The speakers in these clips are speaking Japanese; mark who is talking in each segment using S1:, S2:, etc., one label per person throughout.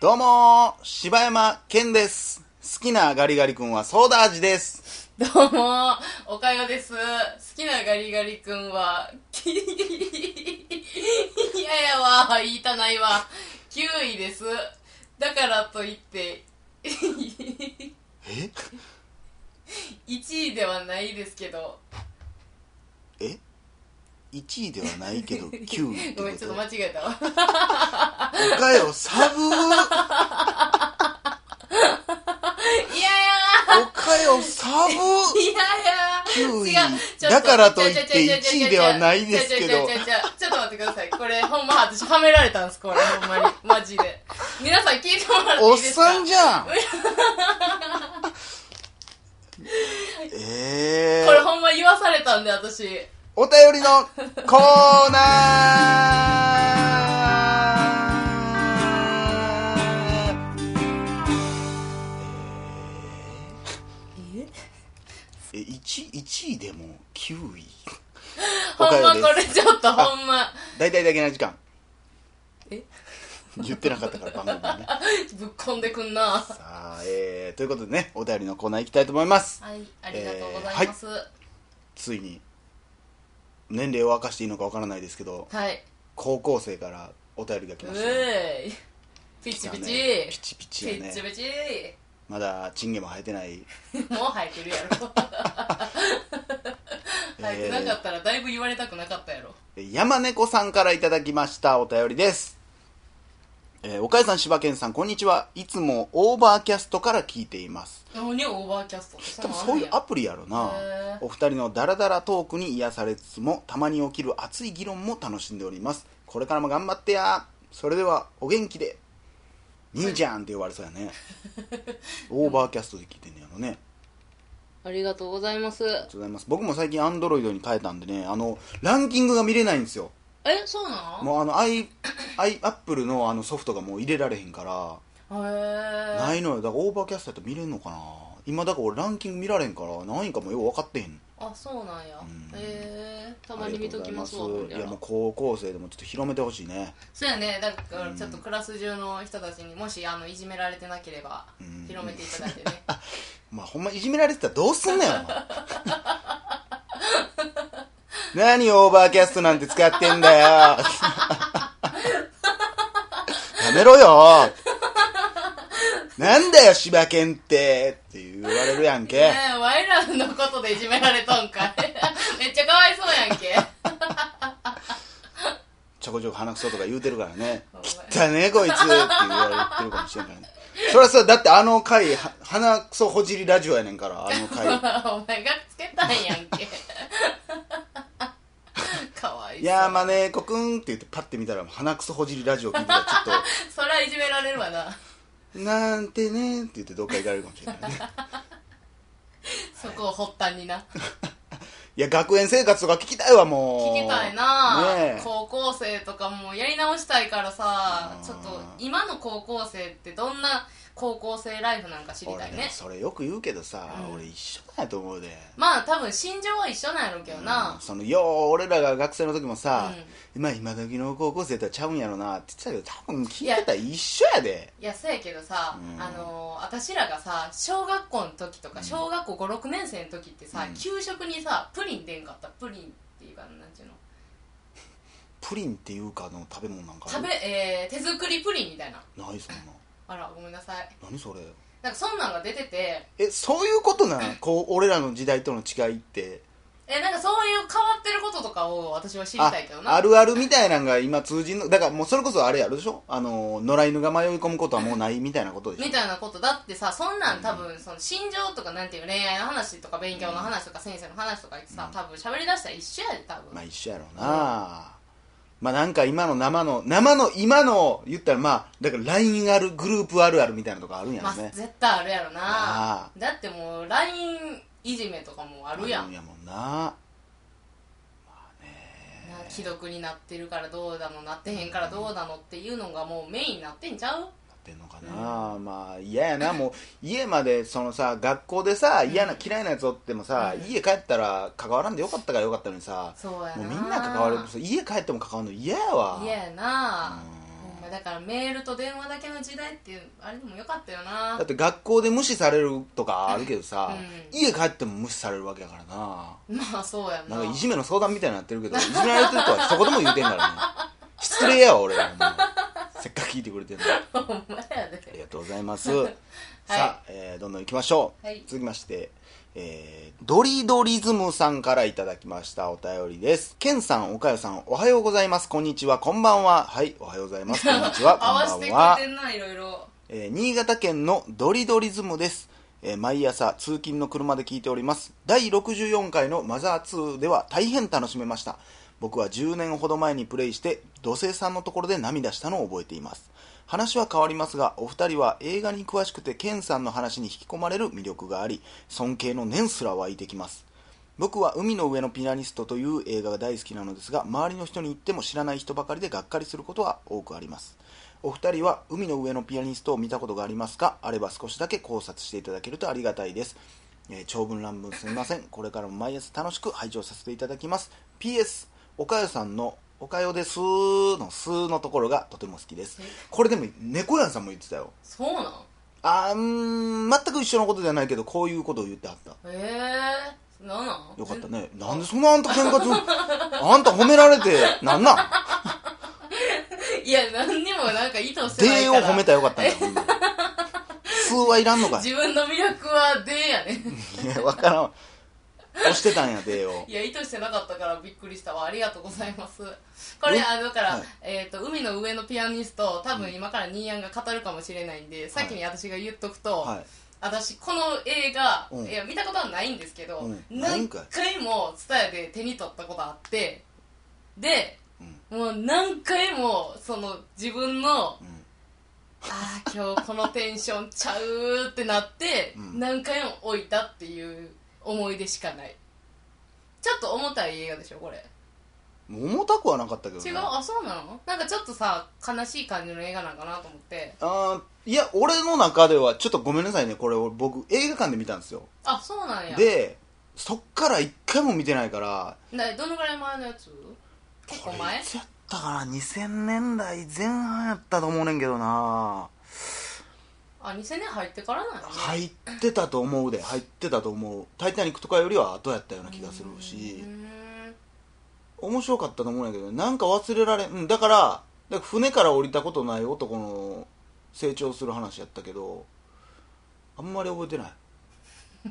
S1: どうもー柴山健です好きなガリガリ君はソーダ味です
S2: どうも、おかよです。好きなガリガリ君は、 嫌ややわ、言いたないわ。9位です。だからといって、
S1: え
S2: 1位ではないですけど、
S1: え1位ではない けど9位ってこ
S2: ごめん、ちょっ
S1: と
S2: と間違えたわ。
S1: おかよサブー
S2: いや
S1: おかよサ ブー
S2: や
S1: 9
S2: い
S1: 位
S2: や違うちょっと
S1: だからといって
S2: 違う違う違う違う
S1: 1位ではないですけど
S2: 違う違う違う違うちょっと待ってください。これ、ほんま、私、はめられたんです、これ、ほんまに。マジで。皆さん聞いてもらってい
S1: お
S2: い
S1: っ
S2: ですか
S1: さんじゃ んええー、
S2: これ、ほんま言わされたんで、私。
S1: お便りのコーナー
S2: え
S1: え 1, 1位でも9位
S2: ほん
S1: お
S2: ま
S1: かよ
S2: こ
S1: で
S2: れ
S1: す
S2: ちょっとほんま
S1: 大体だけな時間
S2: え
S1: 言ってなかったから番組ねさ
S2: ぶっこんでくんなは
S1: あ、えー、ということでねお便りのコーナー行きたいと思います
S2: いありがとうございます、
S1: ついに年齢を明かしていいのかわからないですけど
S2: はい、
S1: 高校生からお便りが来
S2: う
S1: ましたね
S2: えいピチピチ、
S1: ピチピチ
S2: ピ
S1: やね
S2: チピチ
S1: まだチンゲも生えてない
S2: もう生えてるや ろ生えてなかったらだいぶ言われたくなかったやろ
S1: 山猫さんからいただきましたお便りです、えー、岡井さん柴犬さんこんにちはいつもオーバーキャストから聞いています
S2: 何オーバーキャストって
S1: 多分そういうア
S2: ア
S1: プリやろな
S2: へー
S1: お二人のダラダラトークに癒されつつもたまに起きる熱い議論も楽しんでおりますこれからも頑張ってやそれではお元気で兄ちゃんって言われそうや ねオーバーキャストで聞いてんねやろね
S2: ありがとうございます
S1: ありがとうございます僕も最近アンドロイドに変えたんでねあのランキングが見れないんですよ
S2: えそうなの
S1: もうあのアイアイアップルのあのソフトがもう入れられへんから
S2: へえ
S1: ないのよだからオーバーキャストやと見れんのかな今だから俺ランキング見られへんから何位かもよう分かってへん
S2: あそうなんや
S1: ん
S2: へえた
S1: た
S2: まに見ときますわほん
S1: い
S2: じゃ
S1: やもう高校生でもちょっと広めてほしいね
S2: そうやねだからちょっとクラス中の人たちにもしあのいじめられてなければ
S1: うん
S2: 広めていただいてね、
S1: お前ほんまいじめられてたらどうすん ねんお前何オーバーキャストなんて使ってんだよ やめろよなんだよ柴犬ってって言われるやんけ
S2: ねえワイらのことでいじめられとんかい めっちゃかわいそうやんけ
S1: ちょこちょこ鼻くそとか言うてるからね
S2: お
S1: 「
S2: 前
S1: 汚ねえこいつ」って言われてるかもしれんからねそりゃそうだってあの回は鼻くそほじりラジオやねんからあの回
S2: お前がつけたんやんけ かわいそ
S1: い
S2: う
S1: やーまねこくんって言ってパッて見たら鼻くそほじりラジオ聞いてたらちょっ
S2: そりゃいじめられるわな
S1: と「 なんてね」って言ってどっか行かれるかもしれ ないね
S2: そこを発端にない
S1: や学園生活とか聞きたいわもう
S2: 聞きたいな、
S1: ねえ
S2: 高校生とかもやり直したいからさ
S1: うん
S2: ちょっと今の高校生ってどんな高校生ライフなんか知りた
S1: 俺
S2: い
S1: ね
S2: ね
S1: それよく言うけどさ、
S2: うん
S1: 俺一緒だと思うで
S2: まあ多分心情は一緒なんやろうけど
S1: うん
S2: な、
S1: そのよう俺らが学生の時もさ、今今時の高校生とはちゃうんやろなって言ってたけど多分聞いてたら一緒やで
S2: いやそうやけどさ、
S1: うん
S2: あのー私らがさ小学校の時とか小学校56年生の時ってさ、
S1: うん
S2: 給食にさプリン出んかったプリンっていうかなんていうの
S1: プリンっていうかの食べ物なんかあ
S2: 食
S1: る
S2: べ、えー、手作りプリンみたいな
S1: ないそんな
S2: あらごめんなさい
S1: 何それ
S2: なんかそんなんが出てて
S1: えそういうことなんこう俺らの時代との違いって
S2: えなんかそういう変わってることとかを私は知り
S1: あ
S2: たいけどな
S1: あるあるみたいなんが今通じんのだからもうそれこそあれやるでしょあの野良犬が迷い込むことはもうないみたいなことでしょ
S2: みたいなことだってさそんなん多分その心情とかなんていう恋愛の話とか勉強の話とか先生の話とかさ多分喋りだしたら一緒やで多分、
S1: まあ一緒やろうな、まあなんか今の生の生の今の言ったらまあだから LINE あるグループあるあるみたいなとこあるんや
S2: ま
S1: ろ
S2: あ、
S1: ね、
S2: 絶対あるやろ
S1: あ
S2: なだってもう LINE いじめとかもあるやん
S1: んやもんな
S2: な既読になってるからどうだのなってへんからどうだのっていうのがもうメインになってんちゃう
S1: なっってんのかな、まあ嫌やなもう家までそのさ学校でさ嫌な嫌いなやつおってもさ、
S2: うん
S1: 家帰ったら関わらんでよかったからよかったのにさ
S2: そうやな
S1: もうみんな関わるそう家帰っても関わるの嫌やわ
S2: 嫌やな
S1: うん
S2: ほんまだからメールと電話だけの時代っていうあれでもよかったよな
S1: だって学校で無視されるとかあるけどさ、
S2: うん
S1: 家帰っても無視されるわけやからな
S2: まあそうやな
S1: なんかいじめの相談みたいになってるけどいじめられてるとは一言も言うてん からね失礼やわ俺はもうせっかく聞いてくれてるのに
S2: ほんまや
S1: あり
S2: で
S1: がとうございます。さあ、えーどんどん行きましょう。
S2: はい
S1: 続きまして、えードリドリズムさんからいただきましたお便りです。ケンさん、岡谷さん、おはようございます。こんにちは、こんばんは。はい、おはようございます。こんにちは、こ
S2: 合わせ
S1: ん
S2: て
S1: ばんは
S2: くれ。てんないろいろ
S1: えー新潟県のドリドリズムです、えー毎朝通勤の車で聞いております第64回のマザー2では大変楽しめました僕は10年ほど前にプレイして土星さんのところで涙したのを覚えています話は変わりますがお二人は映画に詳しくてケンさんの話に引き込まれる魅力があり尊敬の念すら湧いてきます僕は「海の上のピアニスト」という映画が大好きなのですが周りの人に言っても知らない人ばかりでがっかりすることは多くありますお二人は「海の上のピアニスト」を見たことがありますかあれば少しだけ考察していただけるとありがたいです、えー長文乱文すみませんこれからも毎朝楽しく拝聴させていただきます PS おかよさんの「おかよです」の「す」のところがとても好きです
S2: え
S1: これでも猫やんさんも言ってたよ
S2: そうなん
S1: あーうーん全く一緒のことじゃないけどこういうことを言ってあった
S2: ええー、なんなん
S1: よかったね。なんでそんなあんた喧嘩 つ、あんた褒められて、なんなん
S2: いや何にもなんか意図してない
S1: でを
S2: から
S1: 褒めたらよか ったんだよ。今数はいらんのかい。
S2: 自分の魅力はでやね
S1: いや、わからんわ。押してたんや、でを。
S2: いや意図してなかったからびっくりしたわありがとうございますこれ
S1: うん
S2: あだから、
S1: はい
S2: えっ、と海の上のピアニスト多分今からニーヤンが語るかもしれないんで、先に私が言っとくと、
S1: は
S2: 私この映画、
S1: うん
S2: いや見たことはないんですけど、
S1: うんないん
S2: 何
S1: かい
S2: 回もツタヤで手に取ったことあってで
S1: い。うん。
S2: もう何回もその自分の
S1: うん
S2: ああ今日このテンションちゃうってなって、
S1: うん
S2: 何回も置いたっていう思い出しかないちょっと重たい映画でしょこれ
S1: もう重たくはなかったけどね。
S2: 違うあそうなのなんかちょっとさ悲しい感じの映画なんかなと思って
S1: あーいや、俺の中では、ちょっとごめんなさいね。これ、僕、映画館で見たんですよ。
S2: あそうなんや
S1: で、そっから一回も見てないから、
S2: などのぐらい前のやつ結構
S1: これ
S2: 前
S1: いつやったかな2000年代前半やったと思うねんけどな
S2: あ2000年入ってからなんやね
S1: 入ってたと思うで入ってたと思う「タイタニック」とかよりは後やったような気がするし
S2: うーん
S1: 面白かったと思うんやけどなんか忘れられんうんだからだから船から降りたことない男の成長する話やったけどあんまり覚えて ない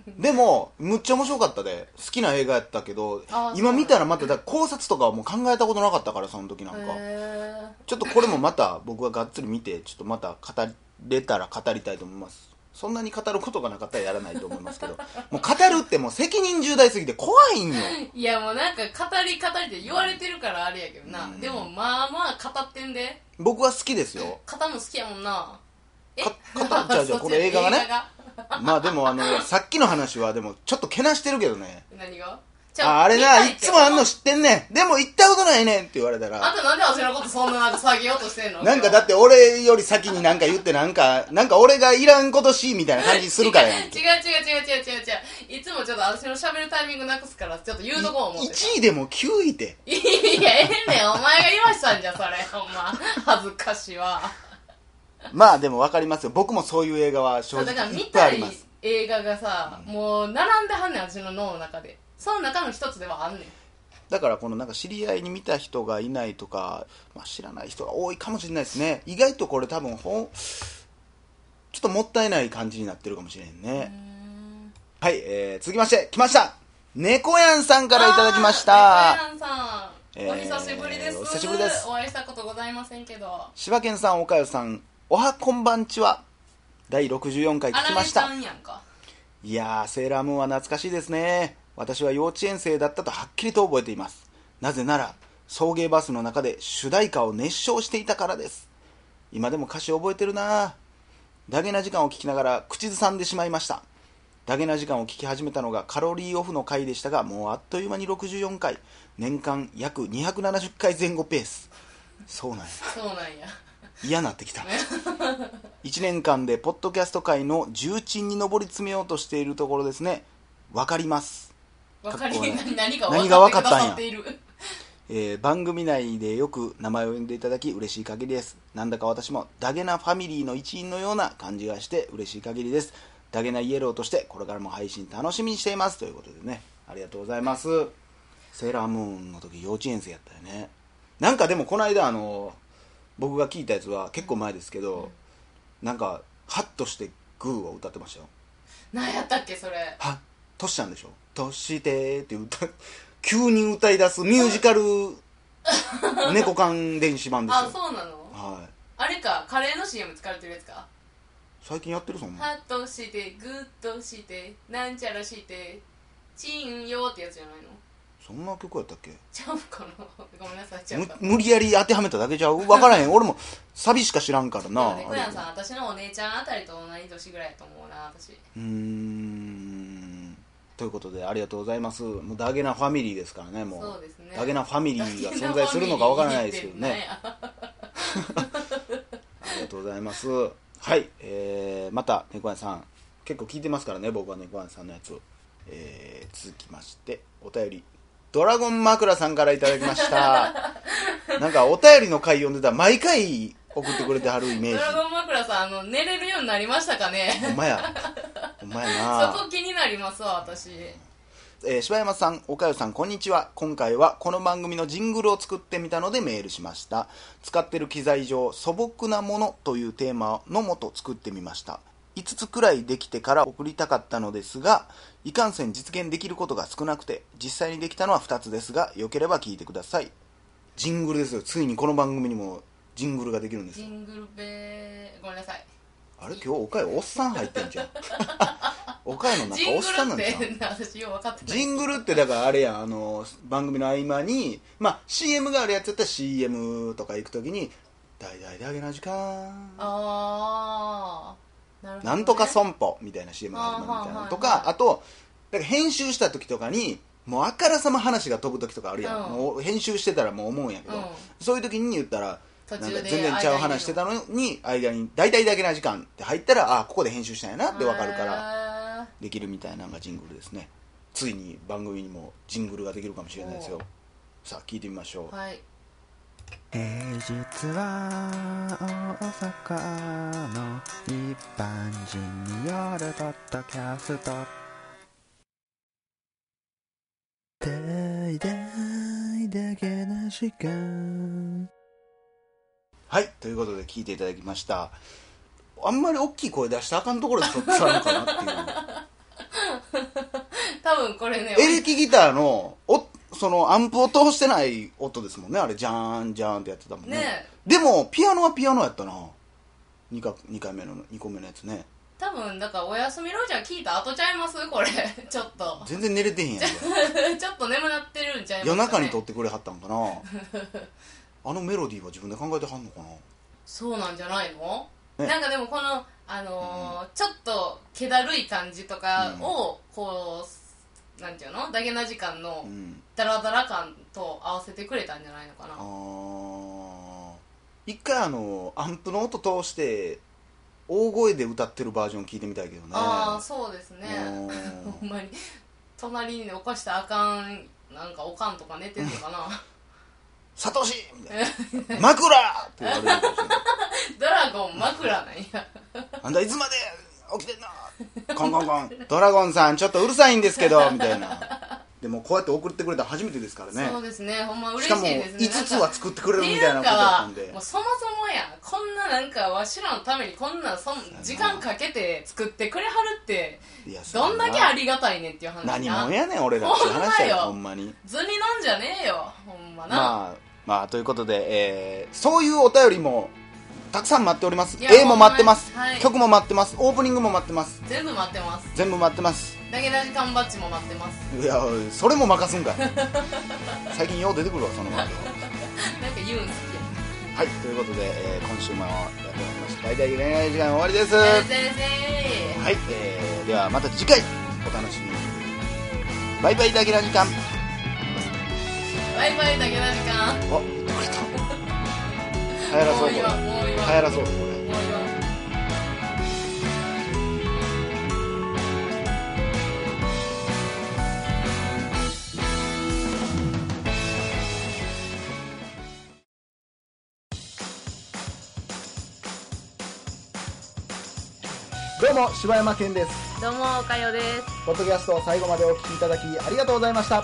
S1: でもむっちゃ面白かったで好きな映画やったけど
S2: あー
S1: 今見たらまただから考察とかはもう考えたことなかったからその時なんか
S2: へ
S1: ちょっとこれもまた僕ががっつり見てちょっとまた語れたら語りたいと思いますそんなに語ることがなかったらやらないと思いますけどもう語るってもう責任重大すぎて怖いんよ
S2: えいやもうなんか語り語りって言われてるからあれやけどな、
S1: うん
S2: でもまあまあ語ってんで
S1: 僕は好きですよ
S2: 型も好きやもんなえ
S1: か語っちゃうじゃん
S2: そ
S1: これ映画がね
S2: 映画が
S1: まあでもあのさっきの話はでもちょっとけなしてるけどね
S2: 何がじゃ
S1: ああれな
S2: 見た
S1: い
S2: って
S1: つもあんの知ってんねんでも行ったことないねんって言われた
S2: あん
S1: ら
S2: たなんで私のことそんななんか下げようとしてんの
S1: なんかだって俺より先になんか言ってなんかなんか俺がいらんことしみたいな感じするからやん
S2: 違う違う違う違う違う違ういつもちょっと私の喋るタイミングなくすからちょっと言うとこう思って
S1: 1位でも9位で
S2: いやええねんお前が言わしたんじゃんそれほんま恥ずかしいわ
S1: まあでも分かりますよ僕もそういう映画は正
S2: そう
S1: 直
S2: だから
S1: い
S2: 見
S1: っぱいあ
S2: た
S1: り
S2: い
S1: ます
S2: 映画がさ、もう並んではんねん私の脳の中でその中の一つではあんねん
S1: だからこのなんか知り合いに見た人がいないとか、まあ、知らない人が多いかもしれないですね意外とこれ多分ほんちょっともったいない感じになってるかもしれんね、はい、えー、続きまして来ました猫やんさんからいただきまし
S2: あー
S1: た
S2: 猫やんさん、
S1: えー
S2: お久しぶりです
S1: お久しぶりです
S2: お会いしたことございませんけどあ
S1: 柴犬さん岡代さんおはこんばんちは第64回聞き
S2: ら
S1: ま
S2: れ
S1: し
S2: ちゃ
S1: た
S2: んやんか
S1: いやー、セーラームーンは懐かしいですね。私は幼稚園生だったとはっきりと覚えています。なぜなら、送迎バスの中で主題歌を熱唱していたからです。今でも歌詞覚えてるなぁダゲな時間を聞きながら口ずさんでしまいました。ダゲな時間を聞き始めたのがカロリーオフの回でしたが、もうあっという間に64回、年間約270回前後ペース。そうなんや。
S2: そうなんや
S1: 嫌なってきた1年間でポッドキャスト界の重鎮に上り詰めようとしているところですねわかります、
S2: わかり
S1: かっこ悪
S2: 何が
S1: 何が分か
S2: 分か
S1: っ
S2: ったた
S1: んや
S2: んやっている
S1: えー番組内でよく名前を呼んでいただき嬉しい限りですなんだか私もダゲなファミリーの一員のような感じがして嬉しい限りですダゲなイエローとしてこれからも配信楽しみにしていますということでねありがとうございますセーラームーンの時幼稚園生やったよねなんかでもこの間あの僕が聞いたやつは結構前ですけど、なんかハッとしてグーを歌ってましたよ
S2: 何やったっけそれ
S1: はとしちゃんでしょとしてって歌急に歌い出すミュージカル 猫缶電子版です
S2: あ
S1: よ
S2: そうなの
S1: はい
S2: あれかカレーの CM 使われてるやつか
S1: 最近やってるそんな
S2: ハッとしてグッとしてなんちゃらしてチンよってやつじゃないの
S1: そんな曲やったっけ
S2: ちゃうかなごめんなさいちゃう
S1: む
S2: かな
S1: 無理やり当てはめただけじゃ分から へん俺もサビしか知らんからな
S2: そうね、小
S1: あ
S2: 山
S1: れ
S2: さん私のお姉ちゃんあたりと同い年ぐらいやと思うな私
S1: うーんということでありがとうございますもうダゲなファミリーですからねもう
S2: そうですね
S1: ダゲなファミリーが存在するのか分からないですけどねありがとうございます。はい、えー、また、猫屋さん、結構聞いてますからね、僕は猫屋さんのやつ。えー、続きまして、お便り、ドラゴン枕さんからいただきま した。なんか、お便りの回読んでたら、毎回送ってくれてはるイメ
S2: ド
S1: ージ。
S2: ラゴン枕さんあの寝れるようになりましたかね
S1: ほんまや。ほんまやな。
S2: そこ気になりますわ私
S1: えー柴山さん、岡代さん、こんにちは。今回はこの番組のジングルを作ってみたのでメールしました。使ってる機材上、素朴なものというテーマのもと作ってみました。5つくらいできてから送りたかったのですが、いかんせん実現できることが少なくて、実際にできたのは2つですが、よければ聞いてください。ジングルですよ。ついにこの番組にもジングルができるんです
S2: ジ
S1: よ。
S2: ングルベーごめんなさい
S1: あれ今日岡代おっさん入ってんじ ゃん。岡代の中
S2: ジン
S1: おっ
S2: グ
S1: さんなん
S2: ル
S1: じゃ
S2: っ
S1: ん。
S2: て私よう分かってない
S1: ジングルってだからあれやんあの番組の合間に、まあ、CM があるやつやったら CM とか行く時に「大々であげな時間」
S2: ああなるほど、ね、
S1: なんとか
S2: う
S1: 損保」みたいな CM が始まるみたいなのと
S2: あーはいはい
S1: か
S2: はい
S1: あとだから編集した時とかにもうあからさま話が飛ぶ時とかあるやん、
S2: うん
S1: もう編集してたらもう思うんやけど、
S2: うん
S1: そういう時に言ったらな
S2: 途
S1: んか
S2: 中で
S1: 全然ちゃう話してたのに間に「大々であげな時間」って入ったらああここで編集したんやなって分かるから。
S2: ら
S1: できるみたいなのがジングルですねついに番組にもジングルができるかもしれないですよさあ聞いてみましょう
S2: はい
S3: 平日は大阪の一般人によるポッドキャスト大々だけな時間
S1: はいということで聞いていただきましたあんまり大きい声出したらあかんところで撮ってたのかなって
S2: 多分これね
S1: いうエレキギターのおそのアンプを通してない音ですもんねあれジャーンジャーンってやってたもんね
S2: ね
S1: でもピアノはピアノやったな 2, か2回目の2個目のやつね
S2: 多分だからおやすみろーちゃん聞いた後ちゃいますこれ ちょっと
S1: 全然寝れてへんやんこれ
S2: ちょっと眠なってるんちゃいます
S1: 夜中に撮
S2: と
S1: ってくれはったんかなあのメロディーは自分で考えてはんのかな
S2: そうなんじゃないの、
S1: ね
S2: なんかでもこの、あのーちょっと気だるい感じとかを、こうなんていうのダゲな時間の
S1: うん
S2: ダラダラ感と合わせてくれたんじゃないのかな、
S1: あー一回あのアンプの音通して大声で歌ってるバージョン聞いてみたいけどね
S2: ああそうですね
S1: うん
S2: ほんまに隣に起こしたらあかんなんかおかんとか寝てんのかな
S1: サトシみたいな「枕!」って言われるかもしれない
S2: ドラゴン枕なんや
S1: 「あんたいつまで起きてんのコンコンコンドラゴンさんちょっとうるさいんですけど」みたいなでもこうやって送ってくれたの初めてですからね
S2: そうですねほんま嬉
S1: し
S2: し
S1: か
S2: い
S1: も
S2: ですね
S1: 5つは作ってくれるみたいなこ
S2: って
S1: と
S2: う
S1: だっ
S2: か
S1: たんで
S2: もうそもそもやんこんななんかわしらのためにこんなんそん時間かけて作ってくれはるって
S1: いやそ
S2: どんだけありがたいねんっていう話な
S1: 何もやねん俺らっていう話だよほ
S2: ほ
S1: ん
S2: ん
S1: まに
S2: 図になんじゃねえよほんまな、
S1: まあ、まあ、ということで、えーそういうお便りもたくさん待っております
S2: いや
S1: A も待ってます、
S2: ほんまにはい
S1: 曲も待ってますオープニングも待ってます
S2: 全部待ってます
S1: 全部待ってます
S2: だけだけ缶バッジも待ってます
S1: いやそれも任す んかい最近よう出てくるわそのワード
S2: なんか言うん好き
S1: はいということで、えー今週もやってまいりました大体恋愛時間終わりです、
S2: や先生
S1: はい、えーではまた次回お楽しみにバイバイだけな時間
S2: バイバイだけだ時間
S1: お言ってくれた流行ら
S2: も
S1: そううこれ
S2: 今もう今
S1: 流行らそうでこれ
S4: 面白い
S1: どうも柴山健です
S2: どうも、おかよです。
S1: ポッドキャストを最後までお聞きいただきありがとうございました